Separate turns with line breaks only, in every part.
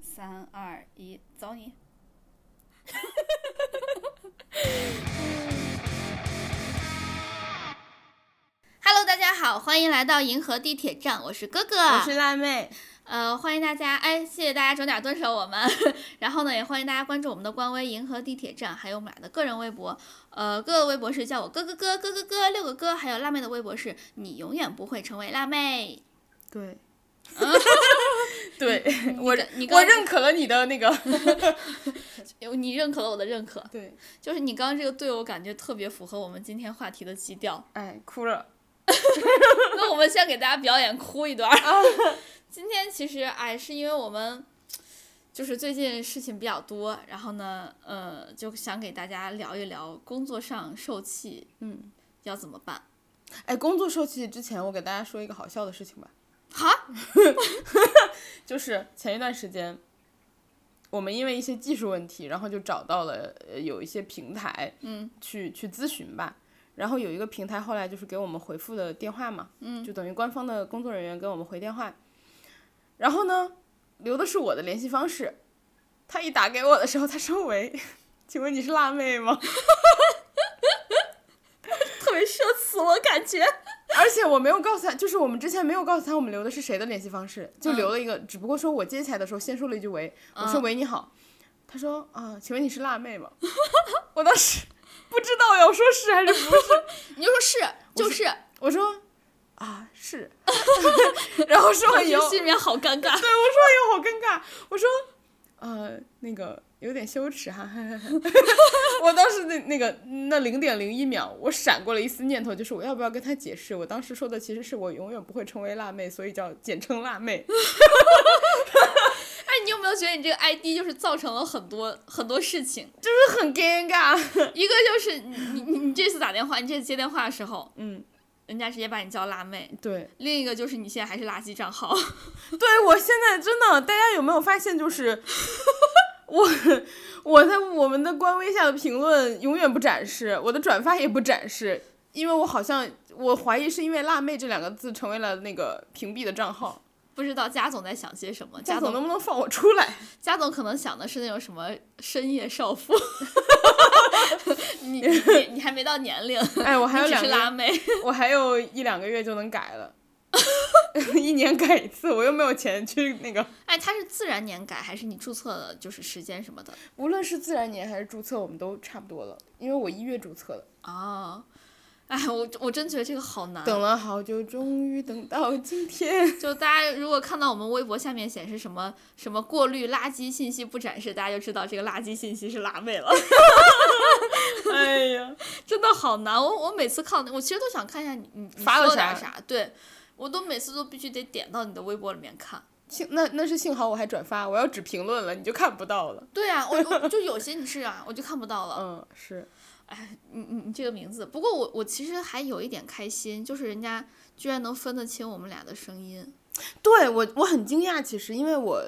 三二一，走你！Hello，大家好，欢迎来到银河地铁站，我是哥哥，
我是辣妹。
呃，欢迎大家，哎，谢谢大家准点蹲守我们， 然后呢，也欢迎大家关注我们的官微“银河地铁站”，还有我们俩的个人微博，呃，各个微博是叫我哥哥哥哥哥哥六个哥，还有辣妹的微博是你永远不会成为辣 妹。
对，
对
我
你刚
我认可了你的那个。
你认可了我的认可，
对，
就是你刚刚这个对我感觉特别符合我们今天话题的基调。
哎，哭了。
那我们先给大家表演哭一段儿。 今天其实哎，是因为我们就是最近事情比较多，然后呢，呃，就想给大家聊一聊工作上受气
嗯，
要怎么办。
哎，工作受气之前，我给大家说一个好笑的事情吧。
哈，
就是前一段时间，我们因为一些技术问题，然后就找到了呃有一些平台，
嗯，
去去咨询吧。然后有一个平台后来就是给我们回复的电话嘛，嗯，就等于官方的工作人员给我们回电话。然后呢，留的是我的联系方式。他一打给我的时候，他说：“喂， 请问你是辣妹吗？”
特别社死我感觉。
而且我没有告诉他，就是我们之前没有告诉他我们留的是谁的联系方式，就留了一个，只不过说我接起来的时候先说了一句“喂”，我说“喂，你好”，他说啊，请问你是辣妹吗？ 我当时不知道要说是还是不是，
你就说是，就是，
我说啊是， 然后说
我
完以
就
后，对
心里面好尴尬。
我说完以后好尴尬，我说呃那个有点羞耻哈， 我当时那那个那零点零一秒，我闪过了一丝念头，就是我要不要跟他解释，我当时说的其实是我永远不会成为辣妹，所以叫简称辣妹。
哎，你有没有觉得你这个 ID 就是造成了很多很多事情？
就是很尴尬。
一个就是你你你你这次打电话，你这次接电话的时候，
嗯，
人家直接把你叫辣妹；
对，
另一个就是你现在还是垃圾账号，
对我现在真的，大家有没有发现，就是我我在我们的官微下的评论永远不展示，我的转发也不展示，因为我好像我怀疑是因为“辣妹”这两个字成为了那个屏蔽的账号。
不知道家总在想些什么。
家
家
总
总
能不能放我出 来？
家总可能想的是那种什么深夜少妇， 你你你你还没到年龄，
哎，我还有
你只
两
是
个
辣
月，
妹。
我还有一两个月就能改了。 一年改一次，我又没有钱去那个。
哎，他是自然年改还是你注册的就是时间什么的？
无论是自然年还是注册，我们都差不多了，因为我一月注册的。
哦，哎，我我真觉得这个好难。啊
等了好久，终于等到今天。
就大家如果看到我们微博下面显示什么什么过滤垃圾信息不展示，大家就知道这个垃圾信息是辣妹了。
哎呀，
真的好难，我我每次看到那，我其实都想看一下你你你
发了
说点
啥
啥，对我都每次都必须得点到你的微博里面看。
幸那那是幸好我还转发，我要只评论了你就看不到了。
对啊，我我就有些你是啊，我就看不到了。
嗯，是，
哎，你
嗯
你你这个名字，不过我我其实还有一点开心，就是人家居然能分得清我们俩的声音。
对我我很惊讶，其实因为我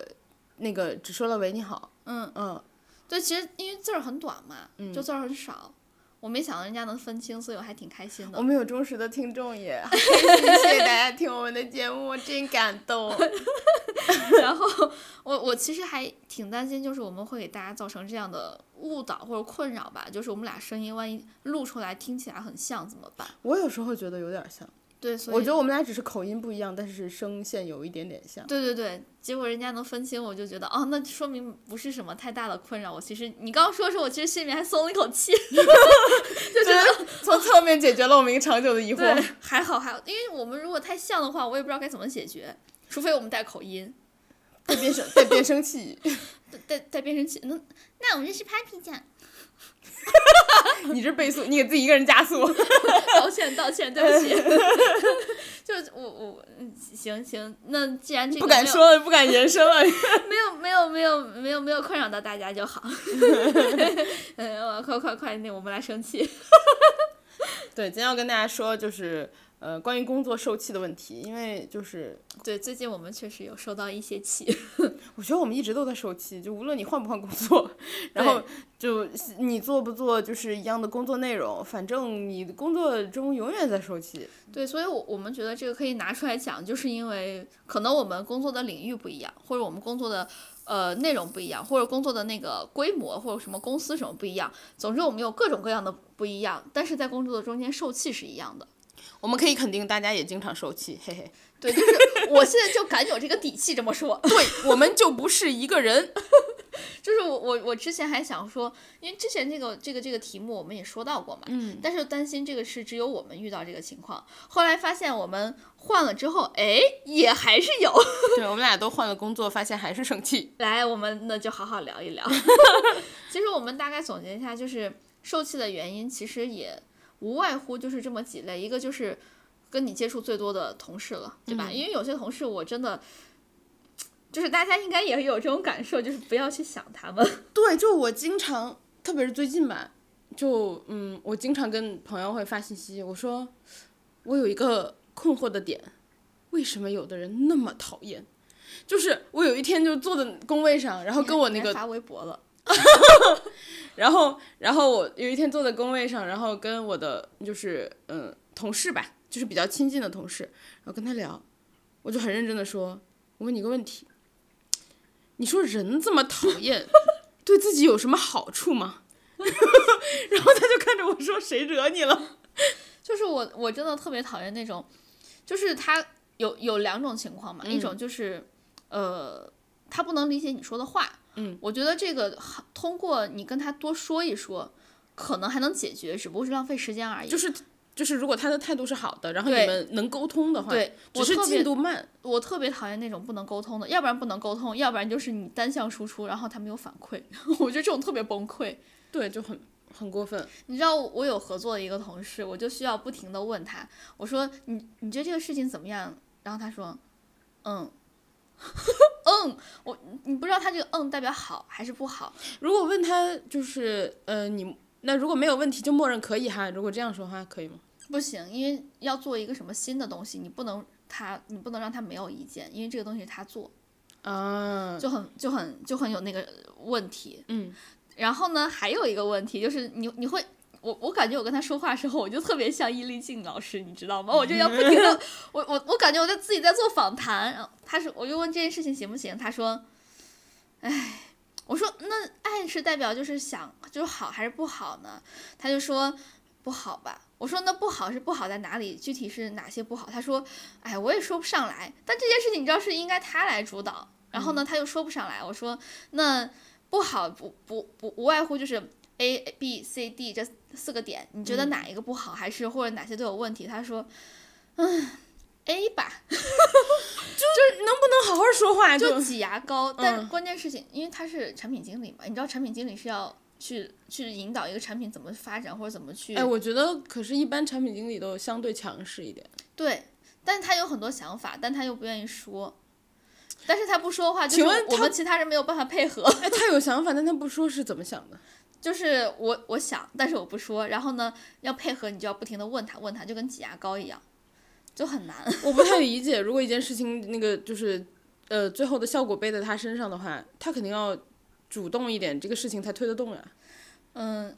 那个只说了喂你好，
嗯，
嗯，
对，其实因为字儿很短嘛，就字儿很少，我没想到人家能分清，所以我还挺开心的
我。们有忠实的听众 耶，好开心谢谢大家听我们的节目，真感 动。
然后我我其实还挺担心，就是我们会给大家造成这样的误导或者困扰吧，就是我们俩声音万一录出来听起来很像怎么办？
我有时候觉得有点像，
对，所以
我觉得我们俩只是口音不一样，但是声线有一点点像。
对对对，结果人家能分清，我就觉得哦，那说明不是什么太大的困扰。我其实你刚刚说的时候，我其实心里面还松了一口气，
就觉得 从侧面解决了我们一个长久的疑
对
惑。，
还好还好，因为我们如果太像的话，我也不知道该怎么解决，除非我们带口音，
带变声，带变声器，
带带带变声器。那那我们这是 Papi 酱，
你这倍速，你给自己一个人加速。
道歉道歉，对不起。 就是我我嗯行行，那既然这个
不敢说了，不敢延伸了。
没有没有没有没有没有没有困扰到大家就好。 嗯，我快快快，那我们来生气。
对，今天要跟大家说就是呃关于工作受气的问题，因为就是
对，最近我们确实有收到一些气，
我觉得我们一直都在受气，就无论你换不换工作，然后就你做不做就是一样的工作内容，反正你的工作中永远在受气。
对，所以我我们觉得这个可以拿出来讲，就是因为可能我们工作的领域不一样，或者我们工作的呃内容不一样，或者工作的那个规模或者什么公司什么不一样。总之，我们有各种各样的不一样，但是在工作的中间受气是一样的。
我们可以肯定大家也经常受气，嘿嘿。
对，就是 我现在就敢有这个底气这么说。
对，我们就不是一个人。
就是我我我之前还想说，因为之前这个这个这个题目我们也说到过嘛，
嗯，
但是担心这个是只有我们遇到这个情况。后来发现我们换了之后，哎，也还是有。
对，我们俩都换了工作，发现还是生气。
来，我们那就好好聊一聊。 其实我们大概总结一下，就是受气的原因，其实也无外乎就是这么几类，一个就是跟你接触最多的同事了，对
嗯
吧？因为有些同事我真的。就是大家应该也有这种感受，就是不要去想他们。
对，就我经常，特别是最近吧，就嗯，我经常跟朋友会发信息，我说我有一个困惑的点，为什么有的人那么讨厌？就是我有一天就坐在工位上，然后哦跟我那
你
个
还 发微博了，
然后，然后我有一天坐在工位上，然后跟我的就是嗯、呃同事吧，就是比较亲近的同事，然后跟他聊，我就很认真的说，我问你个问题，你说人这么讨厌， 对自己有什么好处吗？ 然后他就看着我说：“谁惹你了
就是我我真的特别讨厌那种，就是他有有两种情况嘛，一
嗯
种就是呃他不能理解你说的话，
嗯，
我觉得这个很通过你跟他多说一说，可能还能解决，只不过是浪费时间而？”已。
就是就是，如果他的态度是好的，然后你
对
们能沟通的话，
对
只
我
是
特
进
别
度慢。
我特别讨厌那种不能沟通的，要不然不能沟通，要不然就是你单向输出，然后他没有反馈， 我觉得这种特别崩溃。
对，就很很过分。
你知道我有合作的一个同事，我就需要不停的问他，我说你你觉得这个事情怎么样？然后他说，嗯， 嗯，我你不知道他这个嗯代表好还是不好，
如果问他就是呃你那如果没有问题就默认可以哈，如果这样说话可以吗？
不行，因为要做一个什么新的东西，你不能他你不能让他没有意见，因为这个东西他做
啊，
就很就很就很有那个问题。
嗯，
然后呢，还有一个问题就是你你会。我我感觉我跟他说话的时候，我就特别像伊丽静老师，你知道吗？我就要不停的，我我我感觉我在自己在做访谈。然后他说，我就问这件事情行不行？他说，唉，我说那爱是代表就是想就是好还是不好呢？他就说不好吧。我说那不好是不好在哪里？具体是哪些不好？他说，哎，我也说不上来。但这件事情你知道是应该他来主导，然后
嗯
呢他又说不上来。我说那不好不不不无外乎就是 A B C D 这四个点，你
嗯
觉得哪一个不好，还是或者哪些都有问题？他说，嗯，A 吧，
能好好说话
就挤牙膏。但
嗯
关键事情，因为他是产品经理嘛，你知道产品经理是要去去引导一个产品怎么发展或者怎么去。
哎，我觉得可是，一般产品经理都相对强势一点。
对，但他有很多想法，但他又不愿意说。但是他不说话，就
请
是
问
我
他
们其他人没有办法配合。
哎，他有想法，但他不说是怎么想的。
就是我我想，但是我不说。然后呢，要配合你就要不停的问他，问他，就跟挤牙膏一样，就很难。
我不太理解，如果一件事情那个就是呃最后的效果背在他身上的话，他肯定要主动一点，这个事情才推得动呀。
嗯，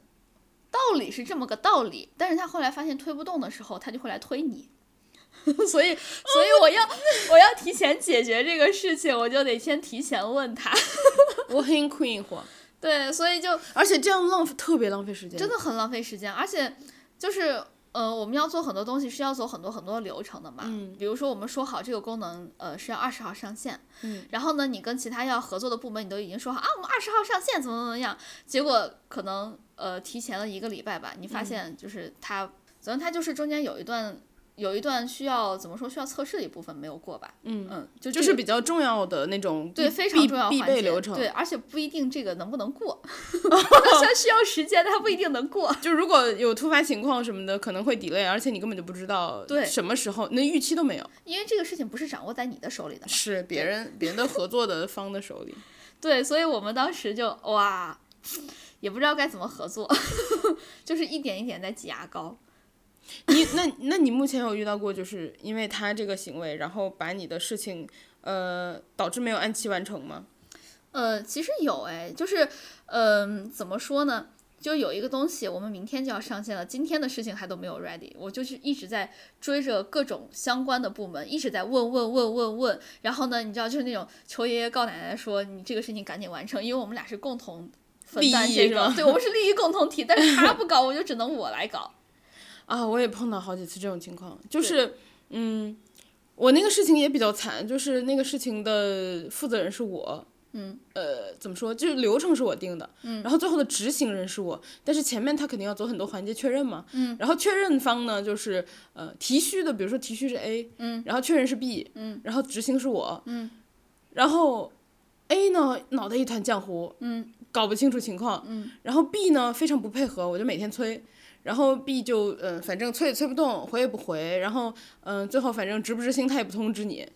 道理是这么个道理，但是他后来发现推不动的时候，他就会来推你。 所以，所以我要我要提前解决这个事情，我就得先提前问他。
我很困惑，
对，所以就
而且这样浪费特别浪费时间。
真的很浪费时间，而且就是呃，我们要做很多东西是要走很多很多流程的嘛。
嗯
比如说我们说好这个功能呃是要二十号上线，
嗯，
然后呢，你跟其他要合作的部门你都已经说好啊，我们二十号上线怎么怎么样，结果可能呃提前了一个礼拜吧，你发
嗯
现就是他，可能他就是中间有一段。有一段需要怎么说？需要测试的一部分没有过吧？
嗯
嗯，就
就
这
是
个
比较重要的那种
对
必
非常
必
重要
必
环节
备流程。
对，而且不一定这个能不能 过， 它虽然需要时间，但它不一定能过。
就如果有突发情况什么的，可能会 delay，而且你根本就不知道
对
什么时候，那预期都没有，
因为这个事情不是掌握在你的手里的嘛。
是别人别人的合作的方的手里。
对，所以我们当时就哇， 也不知道该怎么合作， 就是一点一点在挤牙膏。
你那那你目前有遇到过，就是因为他这个行为，然后把你的事情呃导致没有按期完成吗？
呃，其实有哎，就是嗯、怎么说呢？就是有一个东西，我们明天就要上线了，今天的事情还都没有 ready，我就是一直在追着各种相关的部门，一直在问问问问问。然后呢，你知道，就是那种求爷爷告奶奶说你这个事情赶紧完成，因为我们俩是共同分担
利益
这
是
个
吧，
对我们是利益共同体，但是他不搞，我就只能我来搞。
啊，我也碰到好几次这种情况，就是，嗯，我那个事情也比较惨，就是那个事情的负责人是我，
嗯，
呃，怎么说，就是流程是我定的，嗯，然后最后的执行人是我，但是前面他肯定要走很多环节确认嘛，嗯，然后确认方呢就是，呃，提需的，比如说提需是 A，嗯，然后确认是 B，嗯，然后执行是我，嗯，然后 A 呢脑袋一团浆糊，嗯，搞不清楚情况，嗯，然后 B 呢非常不配合，我就每天催。然后 B 就嗯、呃反正催也催不动，回也不回，然后嗯、呃最后反正执不执行他也不通知你，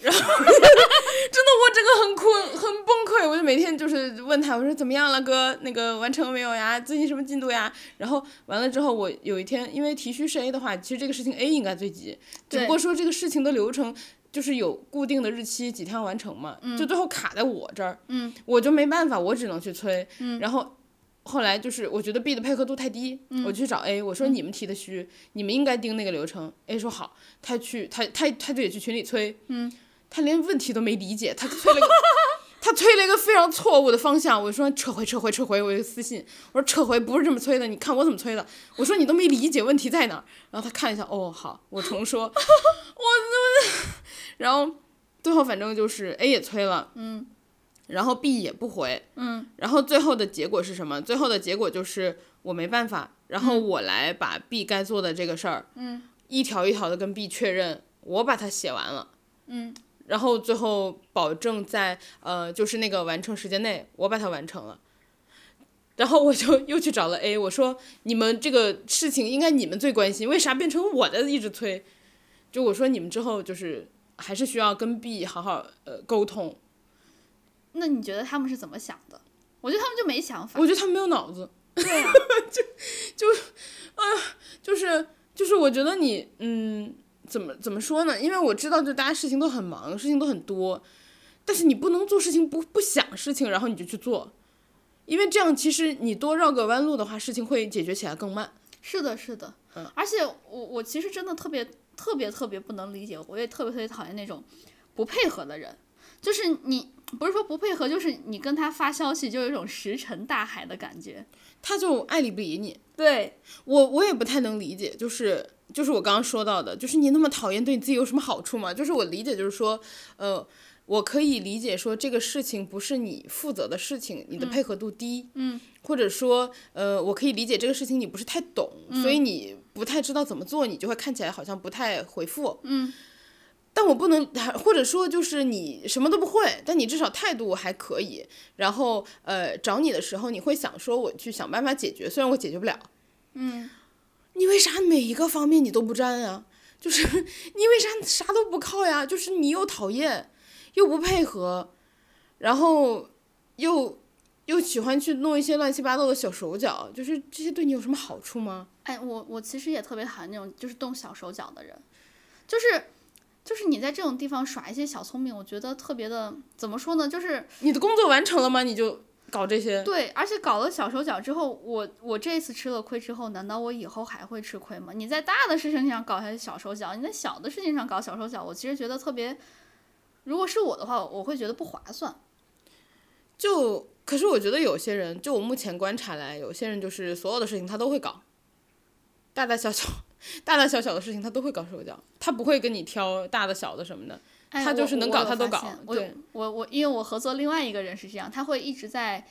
然后 真的我整个很困很崩溃，我就每天就是问他，我说怎么样了哥，那个完成了没有呀？最近什么进度呀？然后完了之后，我有一天因为提需是 A 的话，其实这个事情 A 应该最急，只不过说这个事情的流程。就是有固定的日期，几天要完成嘛，就最后卡在我这儿，
嗯
我就没办法，我只能去催，然后后来就是我觉得 B 的配合度太低，我去找 A，我说你们提的虚，你们应该盯那个流程。A 说好，他去他他他就也去群里催，
嗯，
他连问题都没理解，他催了个他催了一个非常错误的方向。我说撤回撤回撤回，我就私信我说撤回不是这么催的，你看我怎么催的。我说你都没理解问题在哪儿，然后他看一下，哦好，我重说，我我 然后最后反正就是 A 也催了，嗯。然后 B 也不回，然后最后的结果是什么？最后的结果就是我没办法，然后我来把 B 该做的这个事儿，
嗯，
一条一条的跟 B 确认，我把它写完了，
嗯，
然后最后保证在呃就是那个完成时间内，我把它完成了。然后我就又去找了 A，我说你们这个事情应该你们最关心，为啥变成我的一直催？就我说你们之后就是还是需要跟 B 好好呃沟通，
那你觉得他们是怎么想的？我觉得他们就没想法。
我觉得他没有脑子。哎
对 啊，
就是就是，我觉得你嗯，怎么怎么说呢？因为我知道，就大家事情都很忙，事情都很多，但是你不能做事情不不想事情，然后你就去做，因为这样其实你多绕个弯路的话，事情会解决起来更慢。
是的，是的，而且我我其实真的特别特别特别不能理解，我也特别特别讨厌那种不配合的人，就是你不是说不配合，就是你跟他发消息就有一种石沉大海的感觉。
他就爱理不理你，
对，
我我也不太能理解，就是就是我刚刚说到的，就是你那么讨厌，对你自己有什么好处吗？就是我理解，就是说，呃，我可以理解说这个事情不是你负责的事情，你的配合度低，
嗯，
或者说，呃，我可以理解这个事情你不是太懂，
嗯
所以你不太知道怎么做，你就会看起来好像不太回复，
嗯，
但我不能，还或者说就是你什么都不会，但你至少态度还可以，然后呃，找你的时候你会想说我去想办法解决，虽然我解决不了。
嗯，
你为啥每一个方面你都不沾啊？就是你为啥啥都不靠呀？就是你又讨厌，又不配合，然后又又喜欢去弄一些乱七八糟的小手脚，就是这些对你有什么好处吗？
哎，我我其实也特别讨厌那种就是动小手脚的人，就是就是你在这种地方耍一些小聪明，我觉得特别的怎么说呢，就是。
你的工作完成了吗？你就搞这些？
对，而且搞了小手脚之后，我我这次吃了亏之后，难道我以后还会吃亏吗？你在大的事情上搞下小手脚，你在小的事情上搞小手脚，我其实觉得特别，如果是我的话，我会觉得不划算。
就可是我觉得有些人，就我目前观察来，有些人就是所有的事情他都会搞，大大小 小、大大小小的事情他都会搞手脚，他不会跟你挑大的小的什么的。
哎、
他
我
就是能
我
搞
有
他都
发
搞
现我有
对
我我，因为我合作另外一个人是这样，他会一直在，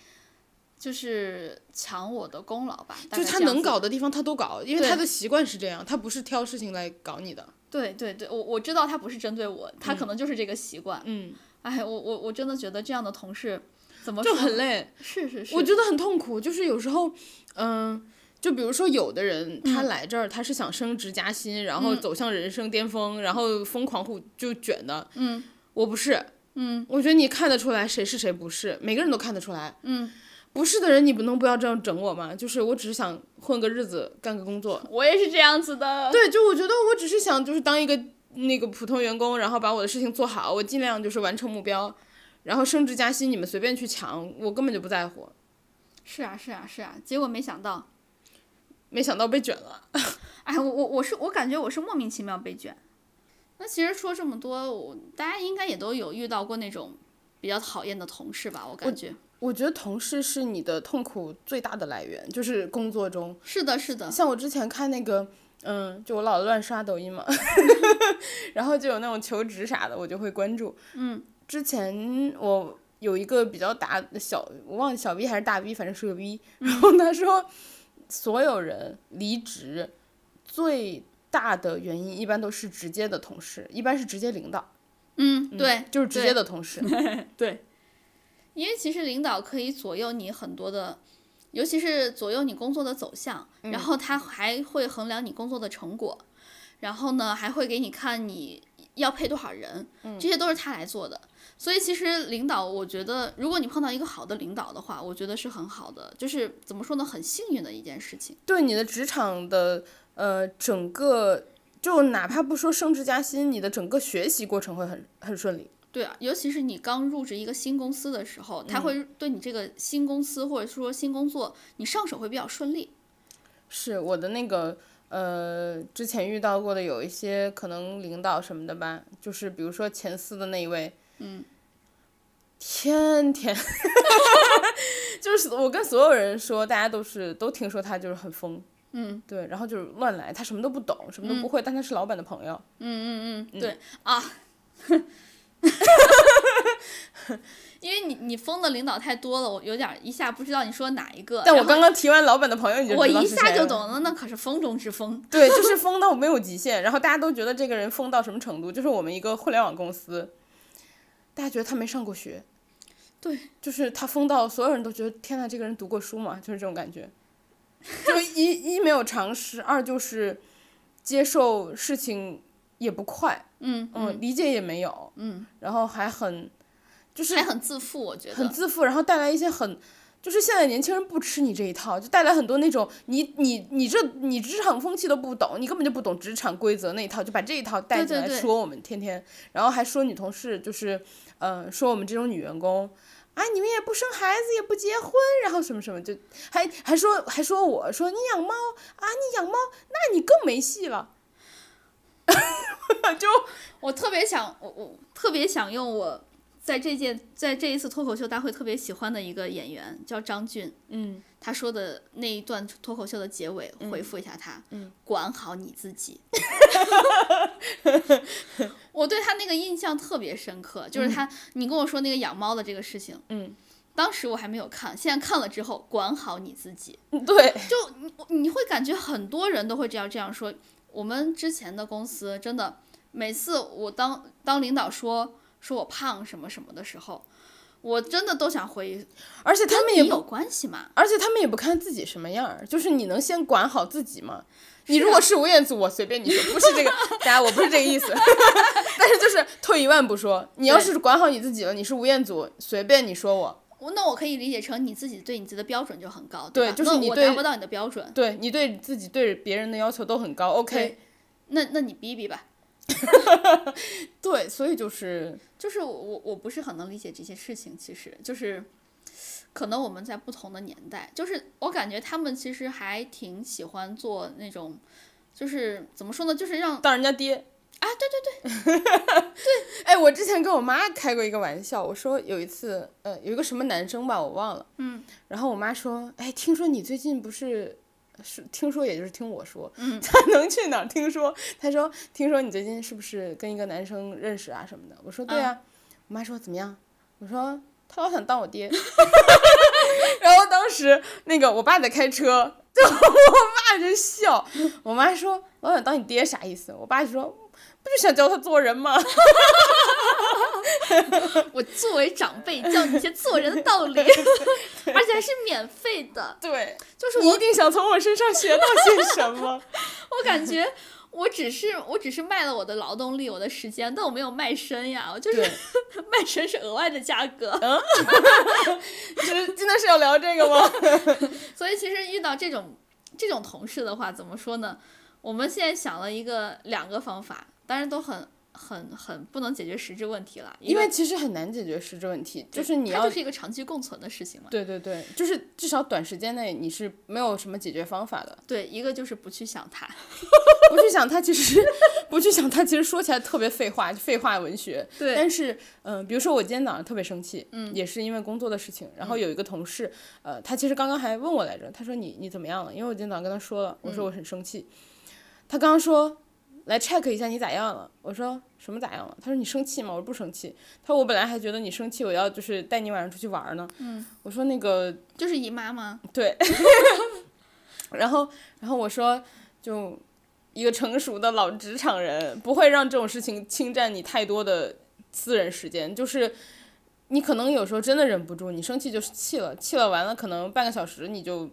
就是抢我的功劳吧。大
就
概
他
这样
能
子
搞的地方他都搞，因为
对
他的习惯是这样，他不是挑事情来搞你的。
对对对，我我知道他不是针对我，他可能就是这个习惯。
嗯，
哎，我我我真的觉得这样的同事怎么
就
说
很
呢
累，
是是是，
我觉得很痛苦。就是有时候，嗯、就比如说有的人
嗯
他来这儿，他是想升职加薪，然后走向人生巅峰，然后疯狂互就卷的。
嗯
我不是，
嗯。
我觉得你看得出来谁是谁不是，每个人都看得出来。
嗯，
不是的人，你不能不要这样整我吗？就是我只是想混个日子，干个工作。
我也是这样子的。
对，就我觉得我只是想就是当一个那个普通员工，然后把我的事情做好，我尽量就是完成目标，然后升职加薪你们随便去抢，我根本就不在乎。
是啊，是啊，是啊，结果没想到，
没想到被卷了。
哎，我我我是我感觉我是莫名其妙被卷。那其实说这么多，我大家应该也都有遇到过那种比较讨厌的同事吧？我感觉
我觉得同事是你的痛苦最大的来源，就是工作中。
是的，是的，
像我之前看那个，嗯，就我老乱刷抖音嘛， 然后就有那种求职啥的，我就会关注。
嗯，
之前我有一个比较大的小，我忘了小 V 还是大 V，反正是个 V。然后他说，所有人离职最大的原因一般都是直接的同事，一般是直接领导，
嗯，对，
就是直
对
接的同事。对，
因为其实领导可以左右你很多的，尤其是左右你工作的走向，然后他还会衡量你工作的成果，然后呢还会给你看你要配多少人，这些都是他来做的。所以其实领导，我觉得如果你碰到一个好的领导的话，我觉得是很好的，就是怎么说呢，很幸运的一件事情。
对你的职场的呃整个，就哪怕不说升职加薪，你的整个学习过程会很很顺利。
对啊，尤其是你刚入职一个新公司的时候，他会对你这个新公司或者说新工作，你上手会比较顺利。
是我的那个呃，之前遇到过的有一些可能领导什么的吧，就是比如说前司的那一位，嗯， 天天， 就是我跟所有人说，大家都是都听说他就是很疯。嗯，对，然后就是乱来，他什么都不懂，什
嗯
么都不会，但他是老板的朋友，
呃对啊，因为你你封的领导太多了，我有点儿一下不知道你说哪一个。
但我
然后
刚刚提完老板的朋友，你就
我
知道
一
是
下
谁
就
了
懂了，那可是风中之风。
对，就是疯到没有极限，然后大家都觉得这个人疯到什么程度？就是我们一个互联网公司，大家觉得他没上过学，
对，
就是他疯到所有人都觉得天呐，这个人读过书吗？就是这种感觉，就一一没有常识，二就是接受事情也不快，
嗯，
嗯，理解也没有，嗯，然后还很就是
还很自负，我觉
很
得。
自负，然后带来一些很，就是现在年轻人不吃你这一套，就带来很多那种你你你这你职场风气都不懂，你根本就不懂职场规则那一套，就把这一套带
对
进
对
来
对
说我们天天，然后还说女同事就是，呃，说我们这种女员工。哎，你们也不生孩子，也不结婚，然后什么什么，就还还说还说我说你养猫啊，你养猫，那你更没戏了。
我特别想，我我特别想用我在这届在这一次脱口秀大会特别喜欢的一个演员叫张俊，
嗯，
他说的那一段脱口秀的结尾，回复一下他，
嗯
管好你自 己。我对他那个印象特别深刻，就是他，你跟我说那个养猫的这个事情，
嗯，
当时我还没有看，现在看了之后，管好你自己，
嗯对，
就你你会感觉很多人都会这样这样说。我们之前的公司真的，每次我当当领导说说我胖什么什么的时候，我真的都想回，
而且他们也
你
不
有关系吗？
而且他们也不看自己什么样儿，就是你能先管好自己吗？你
是
如
啊
果是吴彦祖，我随便你说，不是这个，大家我不是这个意思， 但是就是退一万步说，你要
对
是管好你自己了，你是吴彦祖，随便你说我，
我那我可以理解成你自己对你自己的标准就很高，
对
吧
就是
那
你
我
对
达不到你的标准，
对你对自己对别人的要求都很高，OK，
对那那你比一比吧。
对，所以就是
就是我我我不是很能理解这些事情，其实就是可能我们在不同的年代，就是我感觉他们其实还挺喜欢做那种，就是怎么说呢，就是让
当人家爹，
啊对对
哎，我之前跟我妈开过一个玩笑，我说有一次，呃，有一个什么男生吧，我忘了，
嗯，
然后我妈说，哎，听说你最近不是。是听说，也就是听我说，
嗯
他能去哪儿？听说，他说，听说你最近是不是跟一个男生认识啊什么的？我说对啊，我妈说怎么样？我说他老想当我爹， 然后当时那个我爸在开车，就我爸就笑，我妈说老想当你爹啥意思？我爸就说不就想教他做人吗？
对，我作为长辈教你一些做人的 道理，而且还是免费的，
对，
就是
你
我
一定想从我身上学到些什 么。
我感觉。我只是我只是卖了我的劳动力，我的时间，但我没有卖身呀，我就是
对
卖身是额外的价格。
就是今天是要聊这个吗？
所以其实遇到这种这种同事的话，怎么说呢？我们现在想了一个两个方法，当然都很很很不能解决实质问题了，
因
为
为其实很难解决实质问题，就是你
它
要
就是一个长期共存的事情嘛。
对对对，就是至少短时间内你是没有什么解决方法的。
对，一个就是不去想它，
不去想它，其实 不去想它，其实说起来特别废话，废话文学。
对
但是，嗯、比如说我今天早上特别生气，嗯，也是因为工作的事情。然后有一个同事，呃，他其实刚刚还问我来着，他说你你怎么样了？因为我今天早上跟他说了，我说我很生气。他刚刚说来 check 一下你咋样了？我说什么咋样了？他说你生气吗？我说不生气。他说我本来还觉得你生气，我要就是带你晚上出去玩呢。嗯，我说那个
就是姨妈吗？
对，然后然后我说，就一个成熟的老职场人不会让这种事情侵占你太多的私人时间，就是。你可能有时候真的忍不住，你生气就是气了，气了完了，可能半个小时你就，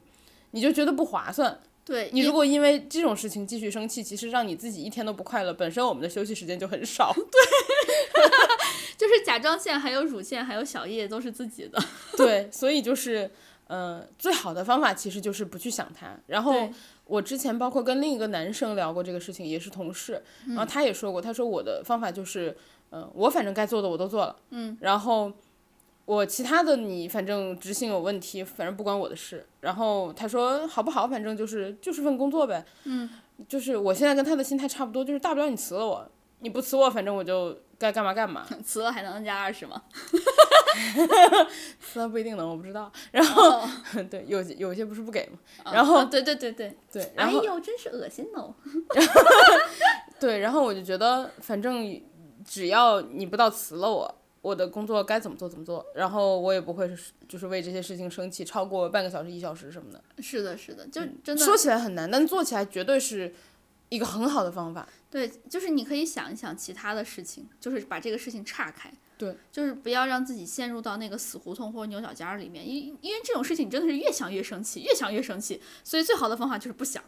你就觉得不划算。
对，
你
因
如果因为这种事情继续生气，其实让你自己一天都不快乐。本身我们的休息时间就很少，
就是甲状腺还有乳腺还有小叶都是自己的。
对，所以就是，呃，最好的方法其实就是不去想它。然后
对
我之前包括跟另一个男生聊过这个事情，也是同事，然后他也说过，他说我的方法就是，呃，我反正该做的我都做了，嗯，然后我其他的你反正执行有问题，反正不关我的事。然后他说好不好，反正就是就是份工作呗，嗯，就是我现在跟他的心态差不多，就是大不了你辞了我，你不辞我，反正我就该干嘛干嘛，
辞了还能 N 加二十吗？
辞了不一定能，我不知道。 然后、
哦，
对，有些有些不是不给嘛，
啊
然后
啊对对对对，
对，然
哎
后、
呦，真是恶心哦。
对，然后我就觉得，反正只要你不到辞了我，我的工作该怎么做怎么做，然后我也不会是就是为这些事情生气超过半个小时、一小时什么的。
是的，是的，就真的
嗯说起来很难，但做起来绝对是一个很好的方法。
对，就是你可以想一想其他的事情，就是把这个事情岔开。
对，
就是不要让自己陷入到那个死胡同或者牛角尖儿里面，因因为这种事情真的是越想越生气，越想越生气，所以最好的方法就是不想。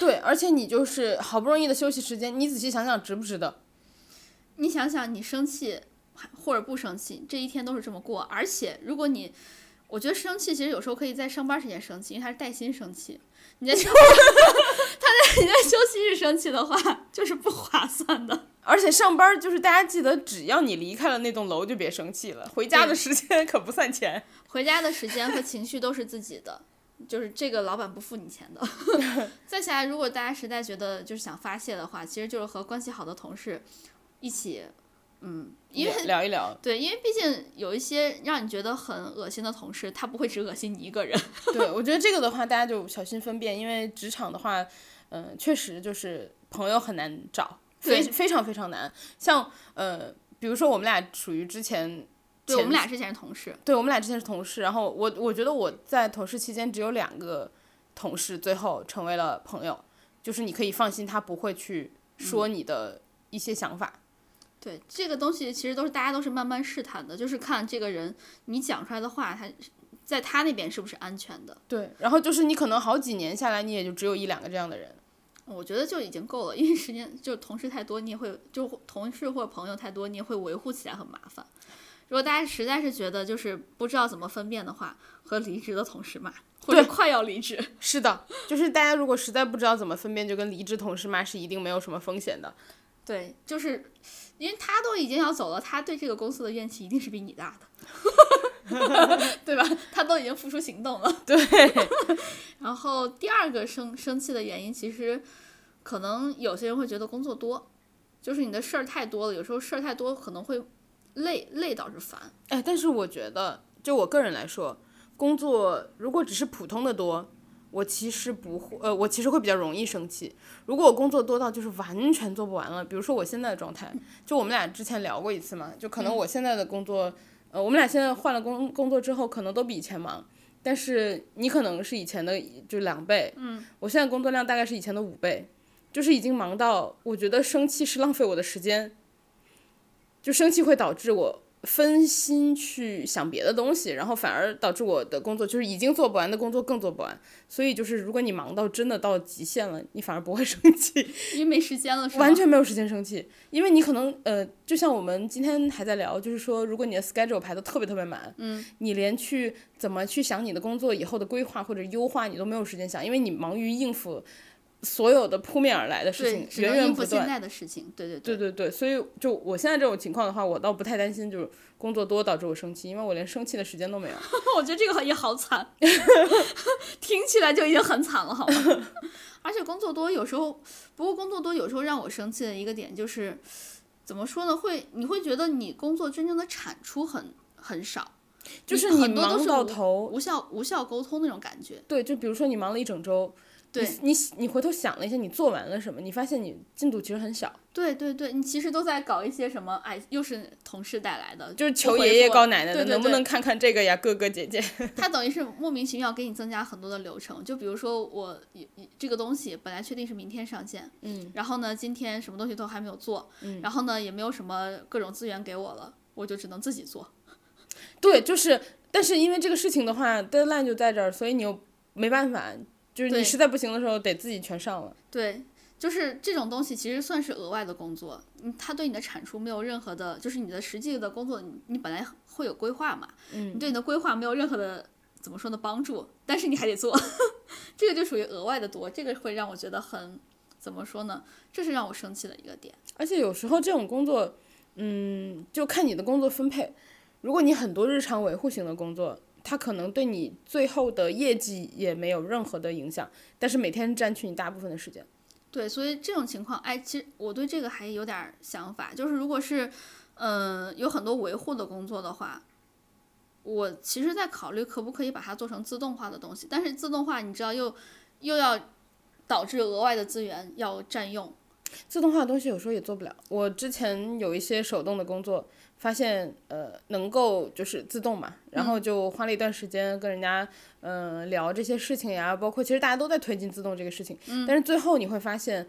对，而且你就是好不容易的休息时间，你仔细想想值不值得？
你想想，你生气还或者不生气，这一天都是这么过。而且，如果你，我觉得生气其实有时候可以在上班时间生气，因为它是带薪生气。你在 休，他在你在休息日生气的话，就是不划算的。
而且上班就是大家记得，只要你离开了那栋楼，就别生气了。回家的时间 可不算钱。
回家的时间和情绪都是自己的，就是这个老板不付你钱的。 再下来，如果大家实在觉得就是想发泄的话，其实就是和关系好的同事一起，嗯，因为
聊聊一聊，
对，因为毕竟有一些让你觉得很恶心的同事，他不会只恶心你一个 人。
对，我觉得这个的话，大家就小心分辨，因为职场的话，嗯、确实就是朋友很难找，非
对
非常非常难。像呃，比如说我们俩属于之前，
对我
前
们俩之前是同事，
对我们俩之前是同事，然后我我觉得我在同事期间只有两个同事最后成为了朋友，就是你可以放心，他不会去说你的一些想法。
对这个东西其实都是大家都是慢慢试探的，就是看这个人你讲出来的话，他在他那边是不是安全的。
对，然后就是你可能好几年下来，你也就只有一两个这样的人。
我觉得就已经够了，因为时间就同事太多，你也会就同事或者朋友太多，你也会维护起来很麻烦。如果大家实在是觉得就是不知道怎么分辨的话，和离职的同事骂，或者快要离职，
是的，就是大家如果实在不知道怎么分辨，就跟离职同事骂是一定没有什么风险的。
对，就是因为他都已经要走了，他对这个公司的怨 气一定是比你大的，对吧？他都已经付出行动了。对。 然后第二个生生气的原因，其实可能有些人会觉得工作多，就是你的事儿太多了，有时候事儿太多可能会累，累导致烦。
哎，但是我觉得，就我个人来说，工作如果只是普通的多，我其实不会，呃，我其实会比较容易生气。如果我工作多到就是完全做不完了，比如说我现在的状态，就我们俩之前聊过一次嘛，就可能我现在的工作，呃，我们俩现在换了工工作之后，可能都比以前忙。但是你可能是以前的就两倍，嗯，我现在工作量大概是以前的五倍，就是已经忙到我觉得生气是浪费我的时间，就生气会导致我分心去想别的东西，然后反而导致我的工作就是已经做不完的工作更做不完。所以就是如果你忙到真的到极限了，你反而不会生气，
因为没时间了，是吗？
完全没有时间生气，因为你可能呃，就像我们今天还在聊，就是说如果你的 schedule 排的特别特别满，嗯，你连去怎么去想你的工作以后的规划或者优化你都没有时间想，因为你忙于应付。所有的扑面而来的事
对，
情，
只能
源源
应
不
付现
断。
在的事情，对对
对
对，
对对，所以就我现在这种情况的话，我倒不太担心，就是工作多导致我生气，因为我连生气的时间都没有。
我觉得这个也好惨，听起来就已经很惨了，好吗？ 而且工作多有时候，不过工作多有时候让我生气的一个点就是，怎么说呢？会你会觉得你工作真正的产出很很少，
就是
你
你
很多都
忙
是
到
无
头，
无效无效沟通那种感觉。
对，就比如说你忙了一整周，
对
你你你回头想了一下，你做完了什么，你发现你进度其实很小，
对对对，你其实都在搞一些什么？哎，又是同事带来的，
就是
不
求
回
爷爷
复
告奶奶的，
对对
能不
对
能看看这个呀，哥哥姐姐？
它等于是莫名其妙给你增加很多的流程。就比如说我一一这个东西本来确定是明天上线，
嗯，
然后呢今天什么东西都还没有做，
嗯
然后呢也没有什么各种资源给我了，我就只能自己做。
对，就是，但是因为这个事情的话，deadline 就在这儿，所以你又没办法，就是
对
你实在不行的时候得自己全上了。
对，就是这种东西其实算是额外的工作，嗯，它对你的产出没有任何的，就是你的实际的工作，你你本来会有规划嘛，
嗯
你对你的规划没有任何的怎么说呢帮助，但是你还得做， 这个就属于额外的多，这个会让我觉得很怎么说呢，这是让我生气的一个点。
而且有时候这种工作，嗯，就看你的工作分配。如果你很多日常维护型的工作，它可能对你最后的业绩也没有任何的影响，但是每天占据你大部分的时间。
对，所以这种情况，哎，其实我对这个还有点儿想法，就是如果是，嗯、有很多维护的工作的话，我其实在考虑可不可以把它做成自动化的东西，但是自动化你知道又又要导致额外的资源要占用，
自动化的东西有时候也做不了。我之前有一些手动的工作，发现呃能够就是自动嘛，然后就花了一段时间跟人家嗯、呃聊这些事情呀，包括其实大家都在推进自动这个事情，但是最后你会发现，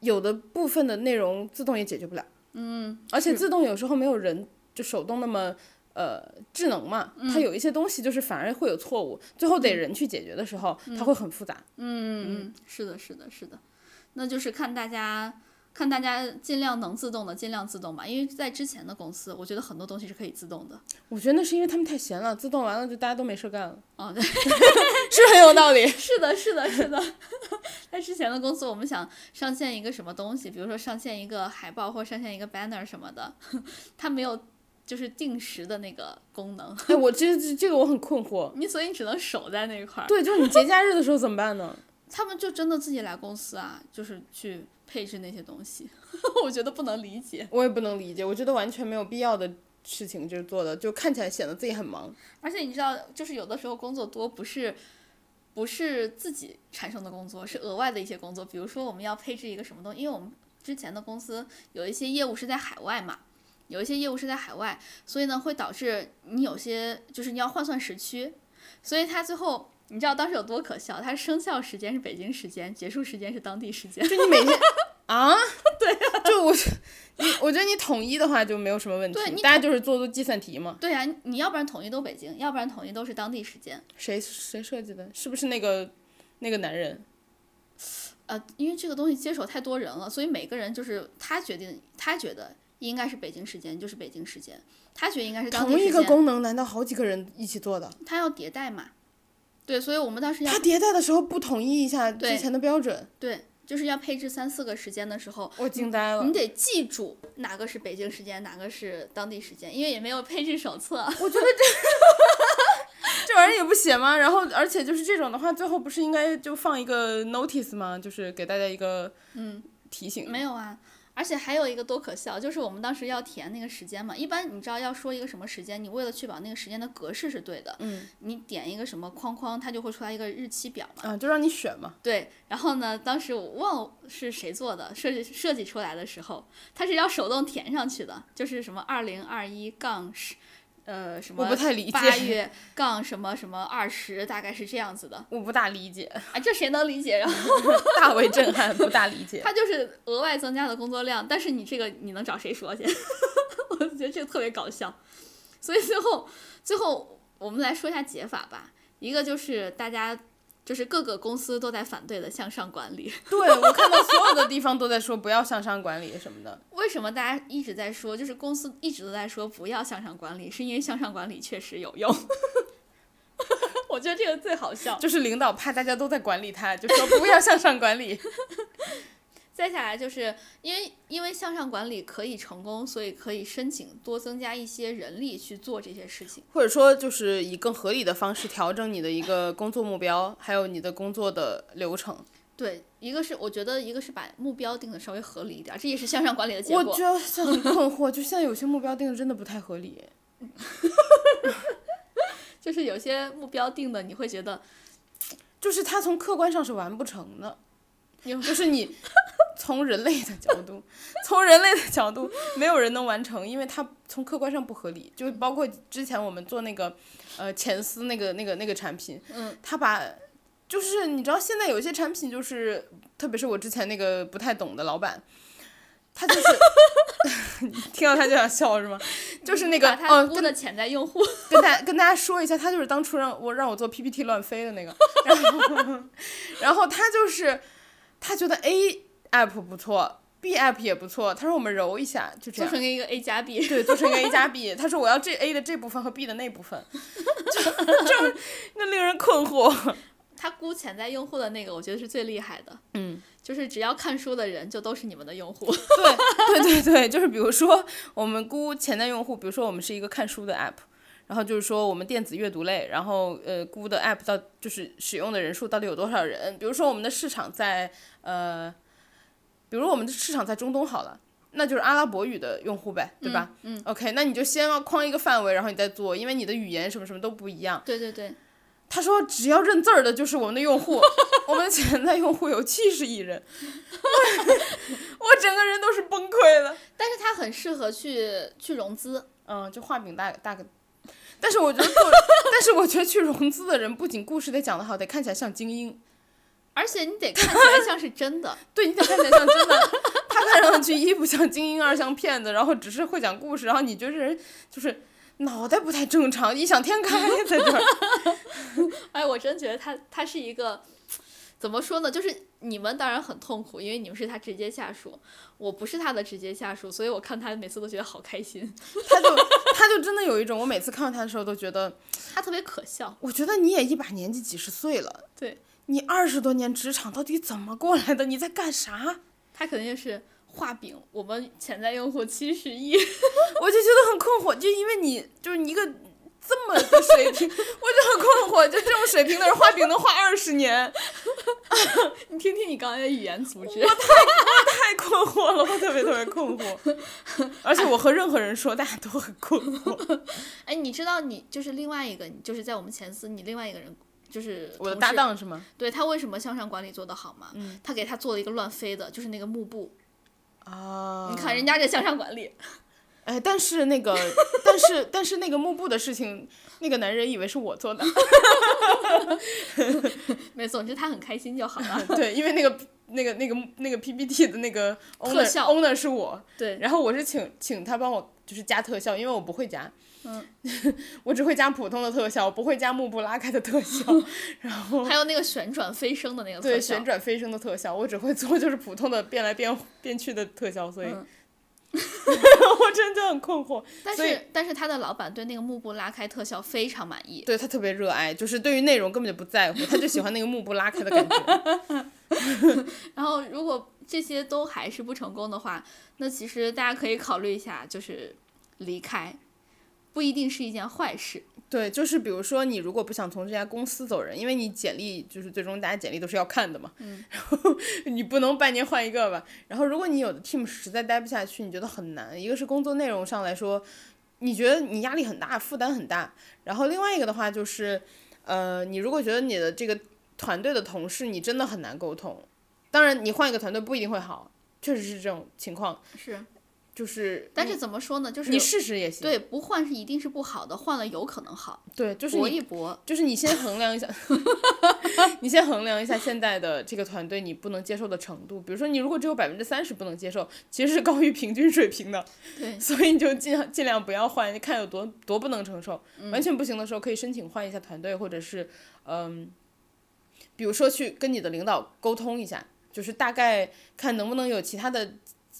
有的部分的内容自动也解决不了。嗯，而且自动有时候没有人就手动那么。呃，智能嘛，它有一些东西就是反而会有错误，最后得人去解决的时候，它会很复杂。
嗯，嗯，是的，是的，是的，那就是看大家看大家尽量能自动的尽量自动吧，因为在之前的公司，我觉得很多东西是可以自动的，
我觉得那是因为他们太闲了，自动完了就大家都没事儿干了。
哦，
是很有道理。
是的，是的，是的。 在之前的公司，我们想上线一个什么东西，比如说上线一个海报或上线一个 banner 什么的， 它没有就是定时的那个功能，
哎，我这这这个我很困惑。
你所以你只能守在那一块儿。
对，就是你节假日的时候怎么办呢？
他们就真的自己来公司啊，就是去配置那些东西， 我觉得不能理解。
我也不能理解，我觉得完全没有必要的事情就是做的，就看起来显得自己很忙。
而且你知道，就是有的时候工作多不是。不是自己产生的工作，是额外的一些工作。比如说，我们要配置一个什么东西，因为我们之前的公司有一些业务是在海外嘛，有一些业务是在海外，所以呢会导致你有些就是你要换算时区，所以它最后你知道当时有多可笑，它生效时间是北京时间，结束时间是当地时间。
就你每天啊，对就我你我觉得你统一的话就没有什么问题
对你，
大家就是做做计算题嘛。
对呀、你你要不然统一都北京，要不然统一都是当地时间。
谁谁设计的？是不是那个那个男人？
呃，因为这个东西接手太多人了，所以每个人就是他决定，他觉得应该是北京时间就是北京时间，他觉得应该是当地
同
时
一
间，
个功能，难道好几个人一起做的？
他要迭代嘛。对，所以我们当时要
它迭代的时候不统一一下
对
之前的标准，
对，就是要配置三四个时间的时候，
我惊呆了
你。得记住哪个是北京时间，哪个是当地时间，因为也没有配置手册。
这玩意儿也不写吗？然后，而且就是这种的话，最后不是应该就放一个 notice 吗？就是给大家一个
嗯
提醒。
没有啊，而且还有一个多可笑，就是我们当时要填那个时间嘛。一般你知道要说一个什么时间，你为了确保那个时间的格式是对的，
嗯，
你点一个什么框框，它就会出来一个日期表嘛。
啊，就让你选嘛。
对，然后呢，当时我忘了是谁做的，设计设计出来的时候，它是要手动填上去的，就是什么二零二一杠十，呃，什
我
么
不太理解，
八月杠什么什么二十，大概是这样子的。
我不大理 解，
哎，这谁能理解？然后
大为震撼，不大理解。
它就是额外增加的工作量，但是你这个你能找谁说去？ 我就觉得这个特别搞笑。所以最后，最后我们来说一下解法吧。一个就是大家就是各个公司都在反对的向上管理。
对我看到所有的地方都在说不要向上管理什么的，
为什么大家一直在说，就是公司 一直都在说不要向上管理，是因为向上管理确实有用。我我觉得这个最好笑。
就是领导怕大家都在管理他，就说不要向上管理。
再下来就是因为因为向上管理可以成功，所以可以申请多增加一些人力去做这些事情。
或者说就是以更合理的方式调整你的一个工作目标，还有你的工作的流程。
对，一个是我觉得一个是把目标定的稍微合理一点，这也是向上管理的结
我
果。
觉得是很困惑，就现在有些目标定的真的不太合理。
就是有些目标定的，你会觉得
就是它从客观上是完不成的，
有
就是你从人类的角度，从人类的角度，没有人能完成，因为它从客观上不合理。就包括之前我们做那个呃前司那个那个那个产品，
嗯，
它把就是你知道现在有一些产品就是，特别是我之前那个不太懂的老板。他就是，你听到他就想笑是吗？就是那个，
把他
嗯，
估的潜在用 户，
跟大跟大家说一下，他就是当初让我让我做 PPT 乱飞的那个，然后然后他就是他觉得 A app 不错，B app 也不错，他说我们揉一下，就这
做
样，
成一个 A 加 B。
对，做成一个 A 加 B，他说我要这 A 的这部分和 B 的那部分， 就就那令人困惑，
他估潜在用户的那个，我觉得是最厉害的。
嗯，
就是只要看书的人，就都是你们的用户。
对对对，就是比如说我们估潜在用户，比如说我们是一个看书的 app。然后就是说，我们电子阅读类，然后呃，估的 app 到就是使用的人数到底有多少人？比如说我们的市场在呃，比如我们的市场在中东好了，那就是阿拉伯语的用户呗，对吧？嗯。OK，那你就先要框一个范围，然后你再做，因为你的语言什么什么都不一样。
对对对，
他说，只要认字儿的就是我们的用户，我们的潜在用户有七十亿人，我我整个人都是崩溃了。
但是他很适合去去融资。
嗯，就画饼大大个。但是我觉得做， 但是我觉得去融资的人，不仅故事得讲得好，得看起来像精英，
而且你得看起来像是真的，
对你得看起来像真的。他看上去一不像精英，二像骗子，然后只是会讲故事，然后你觉得这人就是脑袋不太正常，异想天开在这儿。
哎，我真觉得他他是一个，怎么说呢？就是你们当然很痛苦，因为你们是他直接下属，我不是他的直接下属，所以我看他每次都觉得好开心，
他就他就真的有一种，我每次看到他的时候都觉得，
他特别可笑。
我觉得你也一把年纪几十岁了，
对
你二十多年职场到底怎么过来的？你在干啥？
他肯定是画饼，我们潜在用户七十亿，
我就觉得很困惑，就因为你就是你一个这么个水平，我就很困惑，就这种水平的人画饼能画二十年，
你听听你刚才的语言组织。
太困惑了，我特别特别困惑。而且我和任何人说，大家都很困惑。
哎，你知道你就是另外一个，你就是在我们前司，你另外一个人就是
我的
同
搭
事，
档嗯是吗？
对他为什么向上管理做得好吗？他给他做了一个乱飞的，就是那个幕布，
啊
你看人家这向上管理，
哎，但是那个，但是但是那个幕布的事情，那个男人以为是我做的，
没，总之他很开心就好 了。
对，因为那个。那个、那个、那个 PPT 的那个 owner
效
owner 是我，
对，
然后我是请请他帮我就是加特效，因为我不会加，
嗯，
我只会加普通的特效，我不会加幕布拉开的特效，
还有那个旋转飞升的那个特
对，
效
旋转飞升的特效，我只会做就是普通的变来变变去的特效，所以、
嗯
我真的很困惑。
但
所以
是但是他的老板对那个幕布拉开特效非常满意。
对他特别热爱，就是对于内容根本就不在乎，他就喜欢那个幕布拉开的感觉。
然后如果这些都还是不成功的话，那其实大家可以考虑一下，就是离开，不一定是一件坏事。
对，就是比如说你如果不想从这家公司走人，因为你简历就是最终大家简历都是要看的嘛，
嗯
然后你不能半年换一个吧。然后如果你有的 team 实在待不下去，你觉得很难，一个是工作内容上来说，你觉得你压力很大，负担很大。然后另外一个的话就是，呃，你如果觉得你的这个团队的同事你真的很难沟通，当然你换一个团队不一定会好，确实是这种情况，
是，
就是
但是怎么说呢？就是
嗯你试试也行，
对不换是一定是不好的，换了有可能好，
对，就是
搏
你
一搏。
就是你先衡量一下， 你先衡量一下现在的这个团队你不能接受的程度。比如说，你如果只有百分之三十不能接受，其实是高于平均水平的，
对，
所以你就尽尽量不要换，你看有多多不能承受。完全不行的时候，可以申请换一下团队，或者是嗯，比如说去跟你的领导沟通一下，就是大概看能不能有其他的。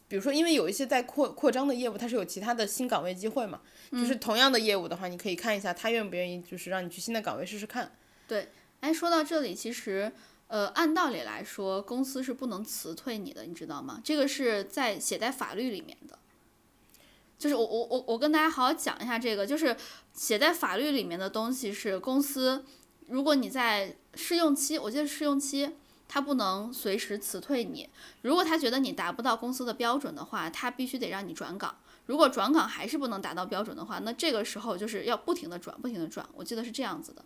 比如说，因为有一些在扩扩张的业务，它是有其他的新岗位嗯机会嘛，就是同样的业务的话，你可以看一下他愿不愿意，就是让你去新的岗位试试看。
对，哎，说到这里，其实呃，按道理来说，公司是不能辞退你的，你知道吗？这个是在写在法律里面的。就是我我我我跟大家好好讲一下这个，就是写在法律里面的东西是公司，如果你在试用期，我记得试用期，他不能随时辞退你。如果他觉得你达不到公司的标准的话，他必须得让你转岗。如果转岗还是不能达到标准的话，那这个时候就是要不停的转，不停的转。我记得是这样子的。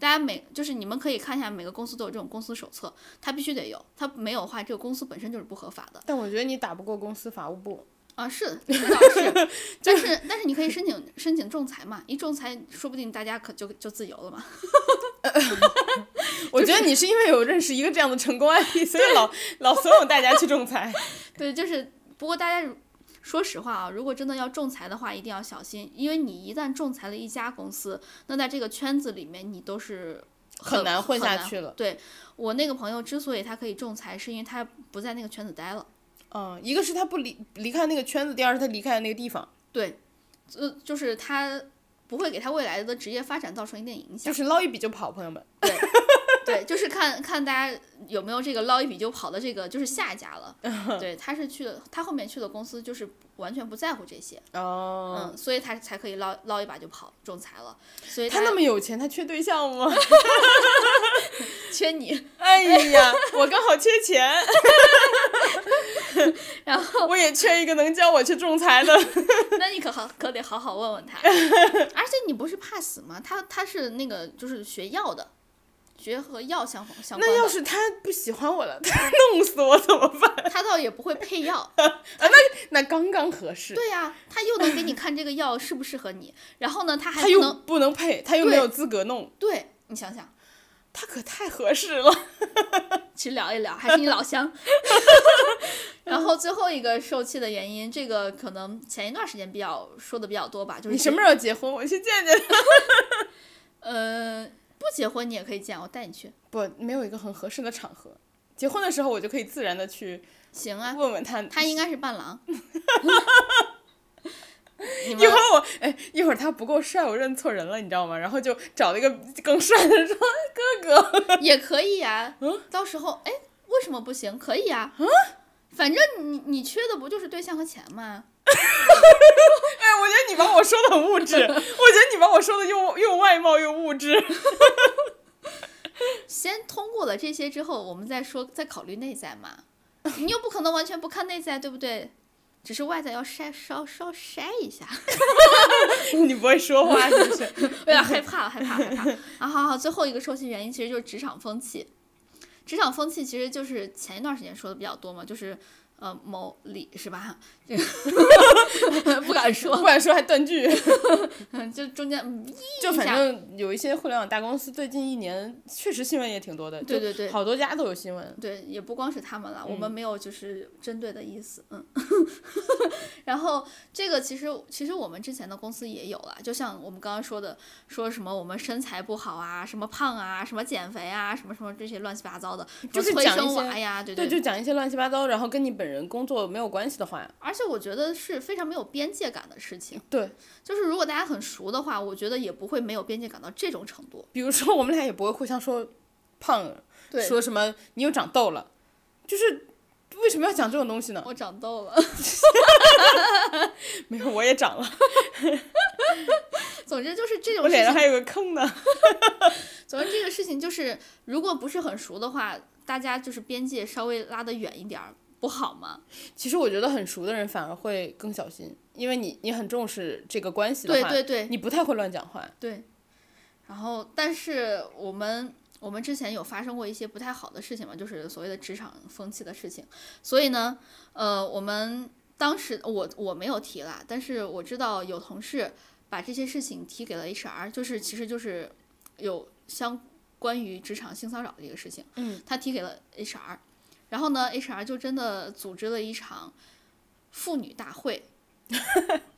大家每就是你们可以看一下，每个公司都有这种公司手册，它必须得有，它没有的话，这个公司本身就是不合法的
但我觉得你打不过公司法务部，
啊。是，这倒 是，但是但是你可以申请申请仲裁嘛，一仲裁说不定大家可就就自由了嘛。
我觉得你是因为有认识一个这样的成功案例，所以 老老怂恿大家去仲裁。
对，就是不过大家如说实话啊，如果真的要仲裁的话，一定要小心，因为你一旦仲裁了一家公司，那在这个圈子里面你都是
很难混下
很难
去了
对我那个朋友之所以他可以仲裁，是因为他不在那个圈子待了。
嗯，一个是他不离离开那个圈子，第二是他离开了那个地方，
对，呃，就是他不会给他未来的职业发展造成一定影响
就。是捞一笔就跑，朋友们。
对，对，就是看看大家有没有这个捞一笔就跑的这个，就是下家 了。对，他是去了，他后面去的公司就是完全不在乎这些，
哦，
嗯，所以他才可以捞捞一把就跑仲裁了。所以
他那么有钱，他缺对象吗？
缺你，
哎呀，我刚好缺钱，
然后
我也缺一个能教我去仲裁的。
那你可好可得好好问问 他。而且你不是怕死吗？他他是那个就是学药的，学和药相相关
那要
的，
是他不喜欢我了， 他弄死我怎么办？
他倒也不会配药。
那刚刚合适。
对呀、他又能给你看这个药适不适合你，然后呢，他还
他
不
又
能
不能配，他又
对
没有资格弄，
对你想想，
他可太合适了。
去聊一聊，还是你老 乡。然后最后一个受气的原因，这个可能前一段时间比较说的比较多吧，就是
你什么时候结婚？我去见见他。
呃不结婚你也可以见，我带你去，
不，没有一个很合适的场合。结婚的时候，我就可以自然的去
行 啊，
问问他。
他应该是伴郎。你
一
们
会儿我哎，一会儿他不够帅，我认错人了，你知道吗？然后就找了一个更帅的说：“哥哥，
也可以 呀、
嗯
到时候哎，为什么不行？可以呀、反正你你缺的不就是对象和钱吗？
哎， 我觉得你把我说的很物质，我觉得你把我说的又又外貌又物质。
先通过了这些之后，我们再说，再考虑内在嘛。你又不可能完全不看内在，对不对？只是外在要筛稍稍筛一下，
你不会说话是不是？
有点哎害怕，害怕，害怕。啊，好好，最后一个受气原因其实就是职场风气。职场风气其实就是前一段时间说的比较多嘛，就是呃某理是吧？ 这个 不敢
不
说，
敢说还断句。
嗯就中间嗯
就反正有一些互联网大公司最近一年确实新闻也挺多的，
对对
就
对
好多家都有新闻。
对，也不光是他们了，我
嗯
们没有就是针对的意思，嗯。 然后这个其实其实我们之前的公司也有了，就像我们刚刚说的，说什么我们身材不好啊，什么胖啊，什么减肥啊，什么什么这些乱七八糟的，什么
就是
催
讲一
生
些
娃呀，对
对，就讲一些乱七八糟，然后跟你本人工作没有关系的话，
而且我觉得是非常没有边界感的事情，
对，
就是如果大家很熟的话，我觉得也不会没有边界感到这种程度。
比如说我们俩也不会互相说胖，
对
说什么你又长痘了，就是为什么要讲这种东西呢？
我长痘了。
没有，我也长了，
总之就是这种
我
事
脸
情
上还有个坑呢。
总之，这个事情就是，如果不是很熟的话，大家就是边界稍微拉得远一点儿，不好吗？
其实我觉得很熟的人反而会更小心，因为你你很重视这个关系的
对
话，
对对
你不太会乱讲话。
对。然后，但是我们我们之前有发生过一些不太好的事情嘛，就是所谓的职场风气的事情。所以呢，呃，我们当时我我没有提啦，但是我知道有同事把这些事情提给了 HR，就是其实就是有相关于职场性骚扰这个事情。
嗯，
他提给了 HR，然后呢，HR 就真的组织了一场妇女大会。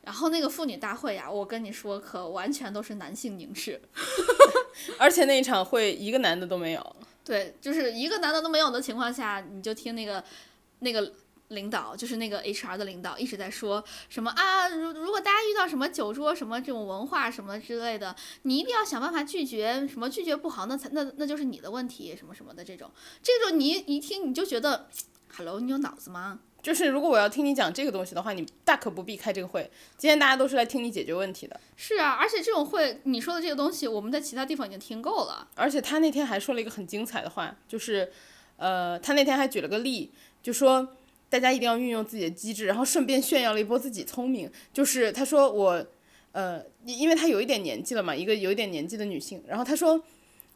然后那个妇女大会呀，我跟你说，可完全都是男性凝视，
而且那一场会一个男的都没有，
对，就是一个男的都没有的情况下，你就听那个那个领导，就是那个 HR 的领导一直在说什么啊，如如果大家遇到什么酒桌什么这种文化什么之类的，你一定要想办法拒绝，什么拒绝不好，那才那那就是你的问题，什么什么的这种，这种你一听你就觉得，Hello，你有脑子吗？
就是如果我要听你讲这个东西的话，你大可不必开这个会。今天大家都是来听你解决问题的，
是啊，而且这种会你说的这个东西，我们在其他地方已经听够了。
而且他那天还说了一个很精彩的话，就是，呃，他那天还举了个例，就说大家一定要运用自己的机智，然后顺便炫耀了一波自己聪明。就是他说我，呃，因因为他有一点年纪了嘛，一个有一点年纪的女性，然后他说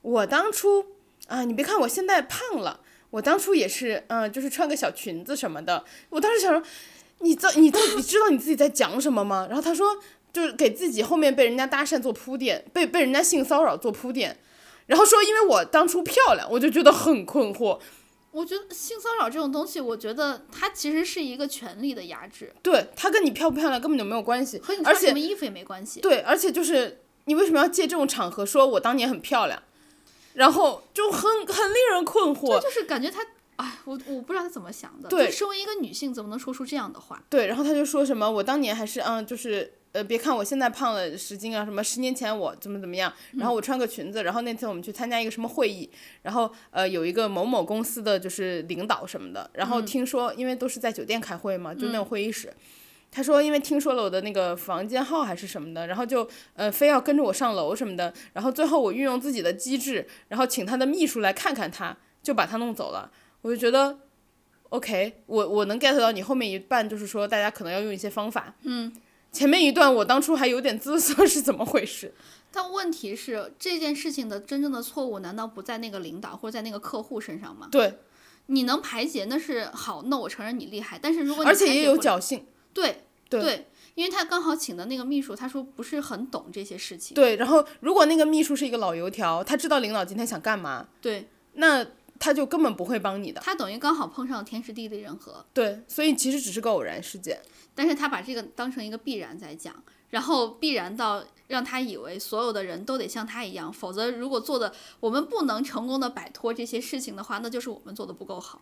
我当初啊，你别看我现在胖了，我当初也是，嗯、就是穿个小裙子什么的，我当时想说。你知道你到底知道你自己在讲什么吗？然后他说，就是给自己后面被人家搭讪做铺垫，被被人家性骚扰做铺垫，然后说因为我当初漂亮，我就觉得很困惑。
我觉得性骚扰这种东西，我觉得它其实是一个权力的压制，
对他跟你漂不漂亮根本就没有关系
和你，
而
穿什
且
么衣服也没关系。
对，而且就是你为什么要借这种场合说我当年很漂亮，然后就很很令人困惑。
就是感觉他，哎，我我不知道他怎么想的。
对
就身为一个女性，怎么能说出这样的话？
对，然后他就说什么我当年还是嗯，就是呃，别看我现在胖了十斤啊，什么十年前我怎么怎么样，然后我穿个裙子，然后那次我们去参加一个什么会议，然后呃有一个某某公司的就是领导什么的，然后听说因为都是在酒店开会嘛，就那种会议室。他说，因为听说了我的那个房间号还是什么的，然后就呃非要跟着我上楼什么的，然后最后我运用自己的机智，然后请他的秘书来看看他，就把他弄走了。我就觉得 OK，我我能 get 到你后面一半，就是说大家可能要用一些方法。嗯，前面一段我当初还有点姿色 是怎么回事？
但问题是，这件事情的真正的错误难道不在那个领导或者在那个客户身上吗？
对，
你能排解那是好，那我承认你厉害。但是如果你
而且
排
也
解
有
不了
侥幸。
对
对
因为他刚好请的那个秘书，他说不是很懂这些事情。
对，然后如果那个秘书是一个老油条，他知道领导今天想干嘛，
对
那他就根本不会帮你的。
他等于刚好碰上天时地利人和，
对，所以其实只是个偶然事件。
但是他把这个当成一个必然在讲，然后必然到让他以为所有的人都得像他一样，否则如果做的我们不能成功的摆脱这些事情的话，那就是我们做的不够好。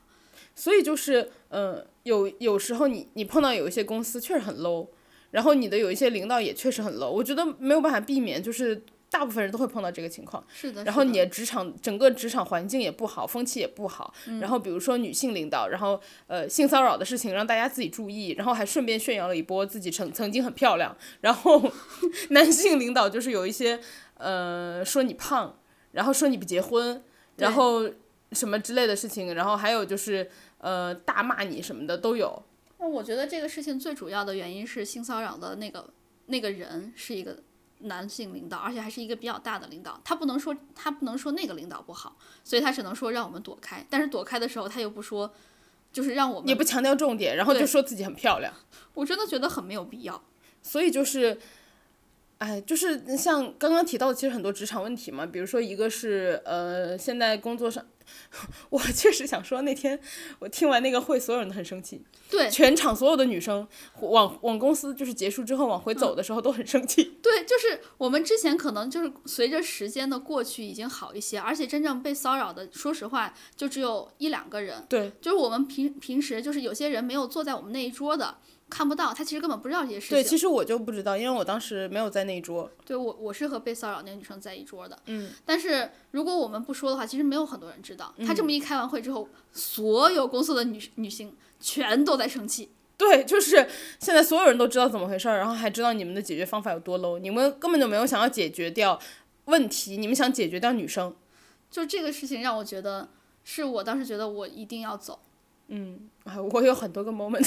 所以就是，呃，有有时候你你碰到有一些公司确实很 low，然后你的有一些领导也确实很 low，我觉得没有办法避免，就是大部分人都会碰到这个情况。
是的，
然后
嗯是的
你的职场整个职场环境也不好，风气也不好。
嗯
然后比如说女性领导，然后呃性骚扰的事情让大家自己注意，然后还顺便炫耀了一波自己曾曾经很漂亮。然后 男性领导就是有一些呃说你胖，然后说你不结婚，
对
然后什么之类的事情，然后还有就是呃大骂你什么的都有。
那我觉得这个事情最主要的原因是性骚扰的那个那个人是一个男性领导，而且还是一个比较大的领导，他不能说他不能说那个领导不好，所以他只能说让我们躲开。但是躲开的时候，他又不说，就是让我
也
们，
不强调重点，然后就
嗯对
说自己很漂亮。
我真的觉得很没有必要。
所以就是，哎，就是像刚刚提到的，其实很多职场问题嘛，比如说一个是呃，现在工作上， 我确实想说，那天我听完那个会，所有人都很生气，
对
全场所有的女生往往公司就是结束之后往回走的时候都很生气，
对，就是我们之前可能就是随着时间的过去已经好一些，而且真正被骚扰的，说实话就只有一两个人，
对
就是我们平平时就是有些人没有坐在我们那一桌的，看不到，他其实根本不知道这些事情。
对，其实我就不知道，因为我当时没有在那一桌，
对我，我是和被骚扰那个女生在一桌的。嗯，但是如果我们不说的话，其实没有很多人知
嗯
道。他这么一开完会之后，所有公司的女女性全都在生气。
对，就是现在所有人都知道怎么回事儿，然后还知道你们的解决方法有多 low，你们根本就没有想要解决掉问题，你们想解决掉女生。
就这个事情让我觉得，是我当时觉得我一定要走。
啊，我有很多个 moment，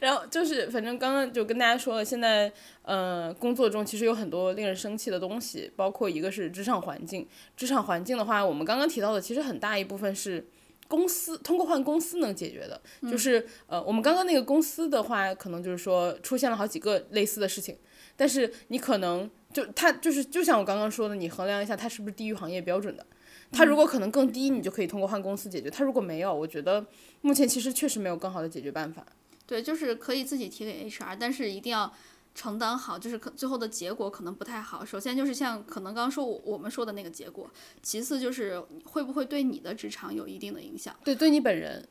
然后就是反正刚刚就跟大家说了，现在呃工作中其实有很多令人生气的东西，包括一个是职场环境，职场环境的话，我们刚刚提到的其实很大一部分是公司通过换公司能解决的，就是呃我们刚刚那个公司的话，可能就是说出现了好几个类似的事情，但是你可能就它就是就像我刚刚说的，你衡量一下它是不是低于行业标准的。它如果可能更低，你就可以通过换公司解决；它如果没有，我觉得目前其实确实没有更好的解决办法。
对，就是可以自己提给 HR，但是一定要承担好，就是可最后的结果可能不太好。首先就是像可能刚刚说我我们说的那个结果，其次就是会不会对你的职场有一定的影响。
对，对你本人，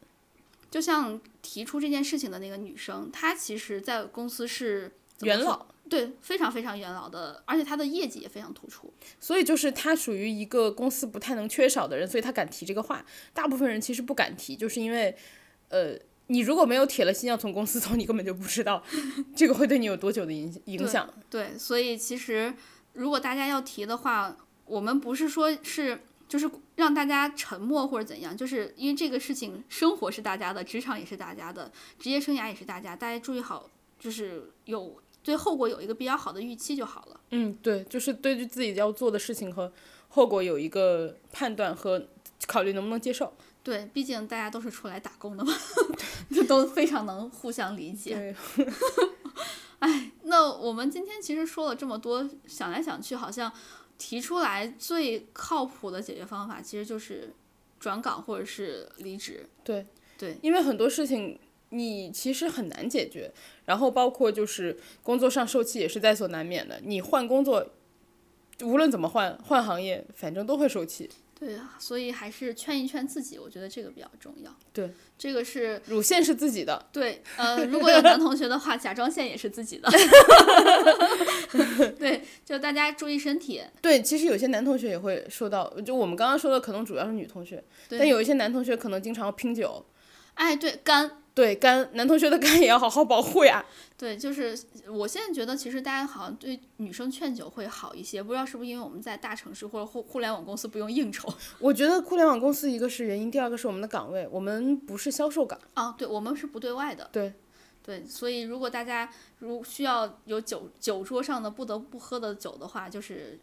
就像提出这件事情的那个女生，她其实在公司是怎么
元
说
老，
对，非常非常元老的，而且她的业绩也非常突出。
所以就是他属于一个公司不太能缺少的人，所以他敢提这个话。大部分人其实不敢提，就是因为，呃，你如果没有铁了心要从公司走，你根本就不知道这个会对你有多久的影影响。
对，所以其实如果大家要提的话，我们不是说是就是让大家沉默或者怎样，就是因为这个事情，生活是大家的，职场也是大家的，职业生涯也是大家，大家注意好，就是有对后果有一个比较好的预期就好了。
嗯，对，就是对自己要做的事情和后果有一个判断和考虑能不能接受。
对，毕竟大家都是出来打工的嘛， 就都非常能互相理解。哎
对，
那我们今天其实说了这么多，想来想去，好像提出来最靠谱的解决方法，其实就是转岗或者是离职。
对
对，
因为很多事情你其实很难解决，然后包括就是工作上受气也是在所难免的。你换工作，无论怎么换，换行业，反正都会受气。
对啊，所以还是劝一劝自己，我觉得这个比较重要。
对，
这个是
乳腺是自己的，
对，呃，如果有男同学的话，甲状腺也是自己的。 对，就大家注意身体。
对，其实有些男同学也会受到，就我们刚刚说的，可能主要是女同学，
对
但有一些男同学可能经常要拼酒，
哎，对，肝，
对肝，男同学的肝也要好好保护呀。
对，就是我现在觉得，其实大家好像对女生劝酒会好一些，不知道是不是因为我们在大城市或者互互联网公司不用应酬
我觉得互联网公司一个是原因，第二个是我们的岗位，我们不是销售岗，
啊？对，我们是不对外的。
对。
对，所以如果大家如需要有酒酒桌上的不得不喝的酒的话，就是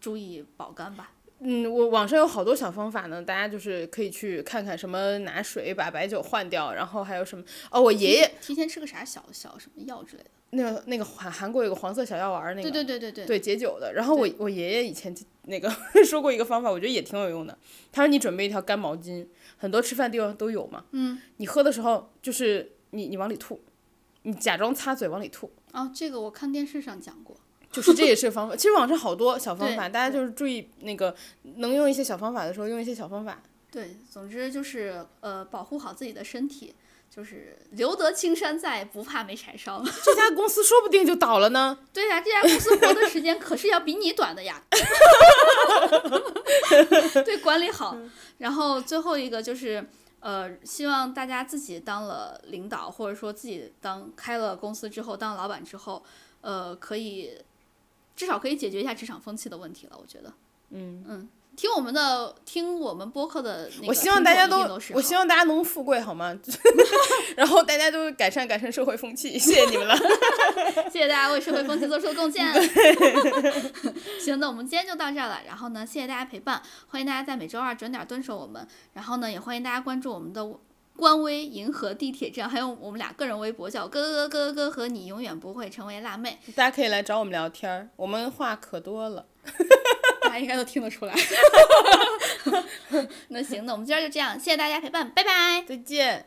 注意保肝吧。
嗯，我网上有好多小方法呢，大家就是可以去看看什么拿水把白酒换掉，然后还有什么哦，我爷爷
提前吃个啥小小什么药之类的。
那个那个韩韩国有个黄色小药丸儿那个，
对对对对对，
对解酒的。然后我我爷爷以前那个 说过一个方法，我觉得也挺有用的。他说你准备一条干毛巾，很多吃饭地方都有嘛。嗯，你喝的时候就是你你往里吐，你假装擦嘴往里吐，
哦，这个我看电视上讲过。
就是这也是个方法。其实网上好多小方
对
法，大家就是注意那个能用一些小方法的时候用一些小方法。
对，总之就是呃，保护好自己的身体，就是留得青山在，不怕没柴烧。
这家公司说不定就倒了呢。
对呀、这家公司活的时间可是要比你短的呀。 对，管理好。
嗯
然后最后一个就是，呃，希望大家自己当了领导，或者说自己当开了公司之后，当老板之后，呃，可以至少可以解决一下职场风气的问题了。我觉得，嗯嗯，听我们的听我们播客的那个听众一定是好，
我希望大家都，
是
我希望大家能富贵 好吗？ 然后大家都改善改善社会风气，谢谢你 们了。
谢谢大家为社会风气做出的贡献。 行，那我们今天就到这儿了。然后呢，谢谢大家陪伴，欢迎大家在每周二准点蹲守我们。然后呢，也欢迎大家关注我们的官微“银河地铁站”，还有我们俩个人微博叫“哥哥哥哥”和你永远不会成为辣妹，
大家可以来找我们聊天儿，我们话可多了。
大家应该都听得出来。 那行，那我们今儿就这样，谢谢大家陪伴，拜拜。
再见。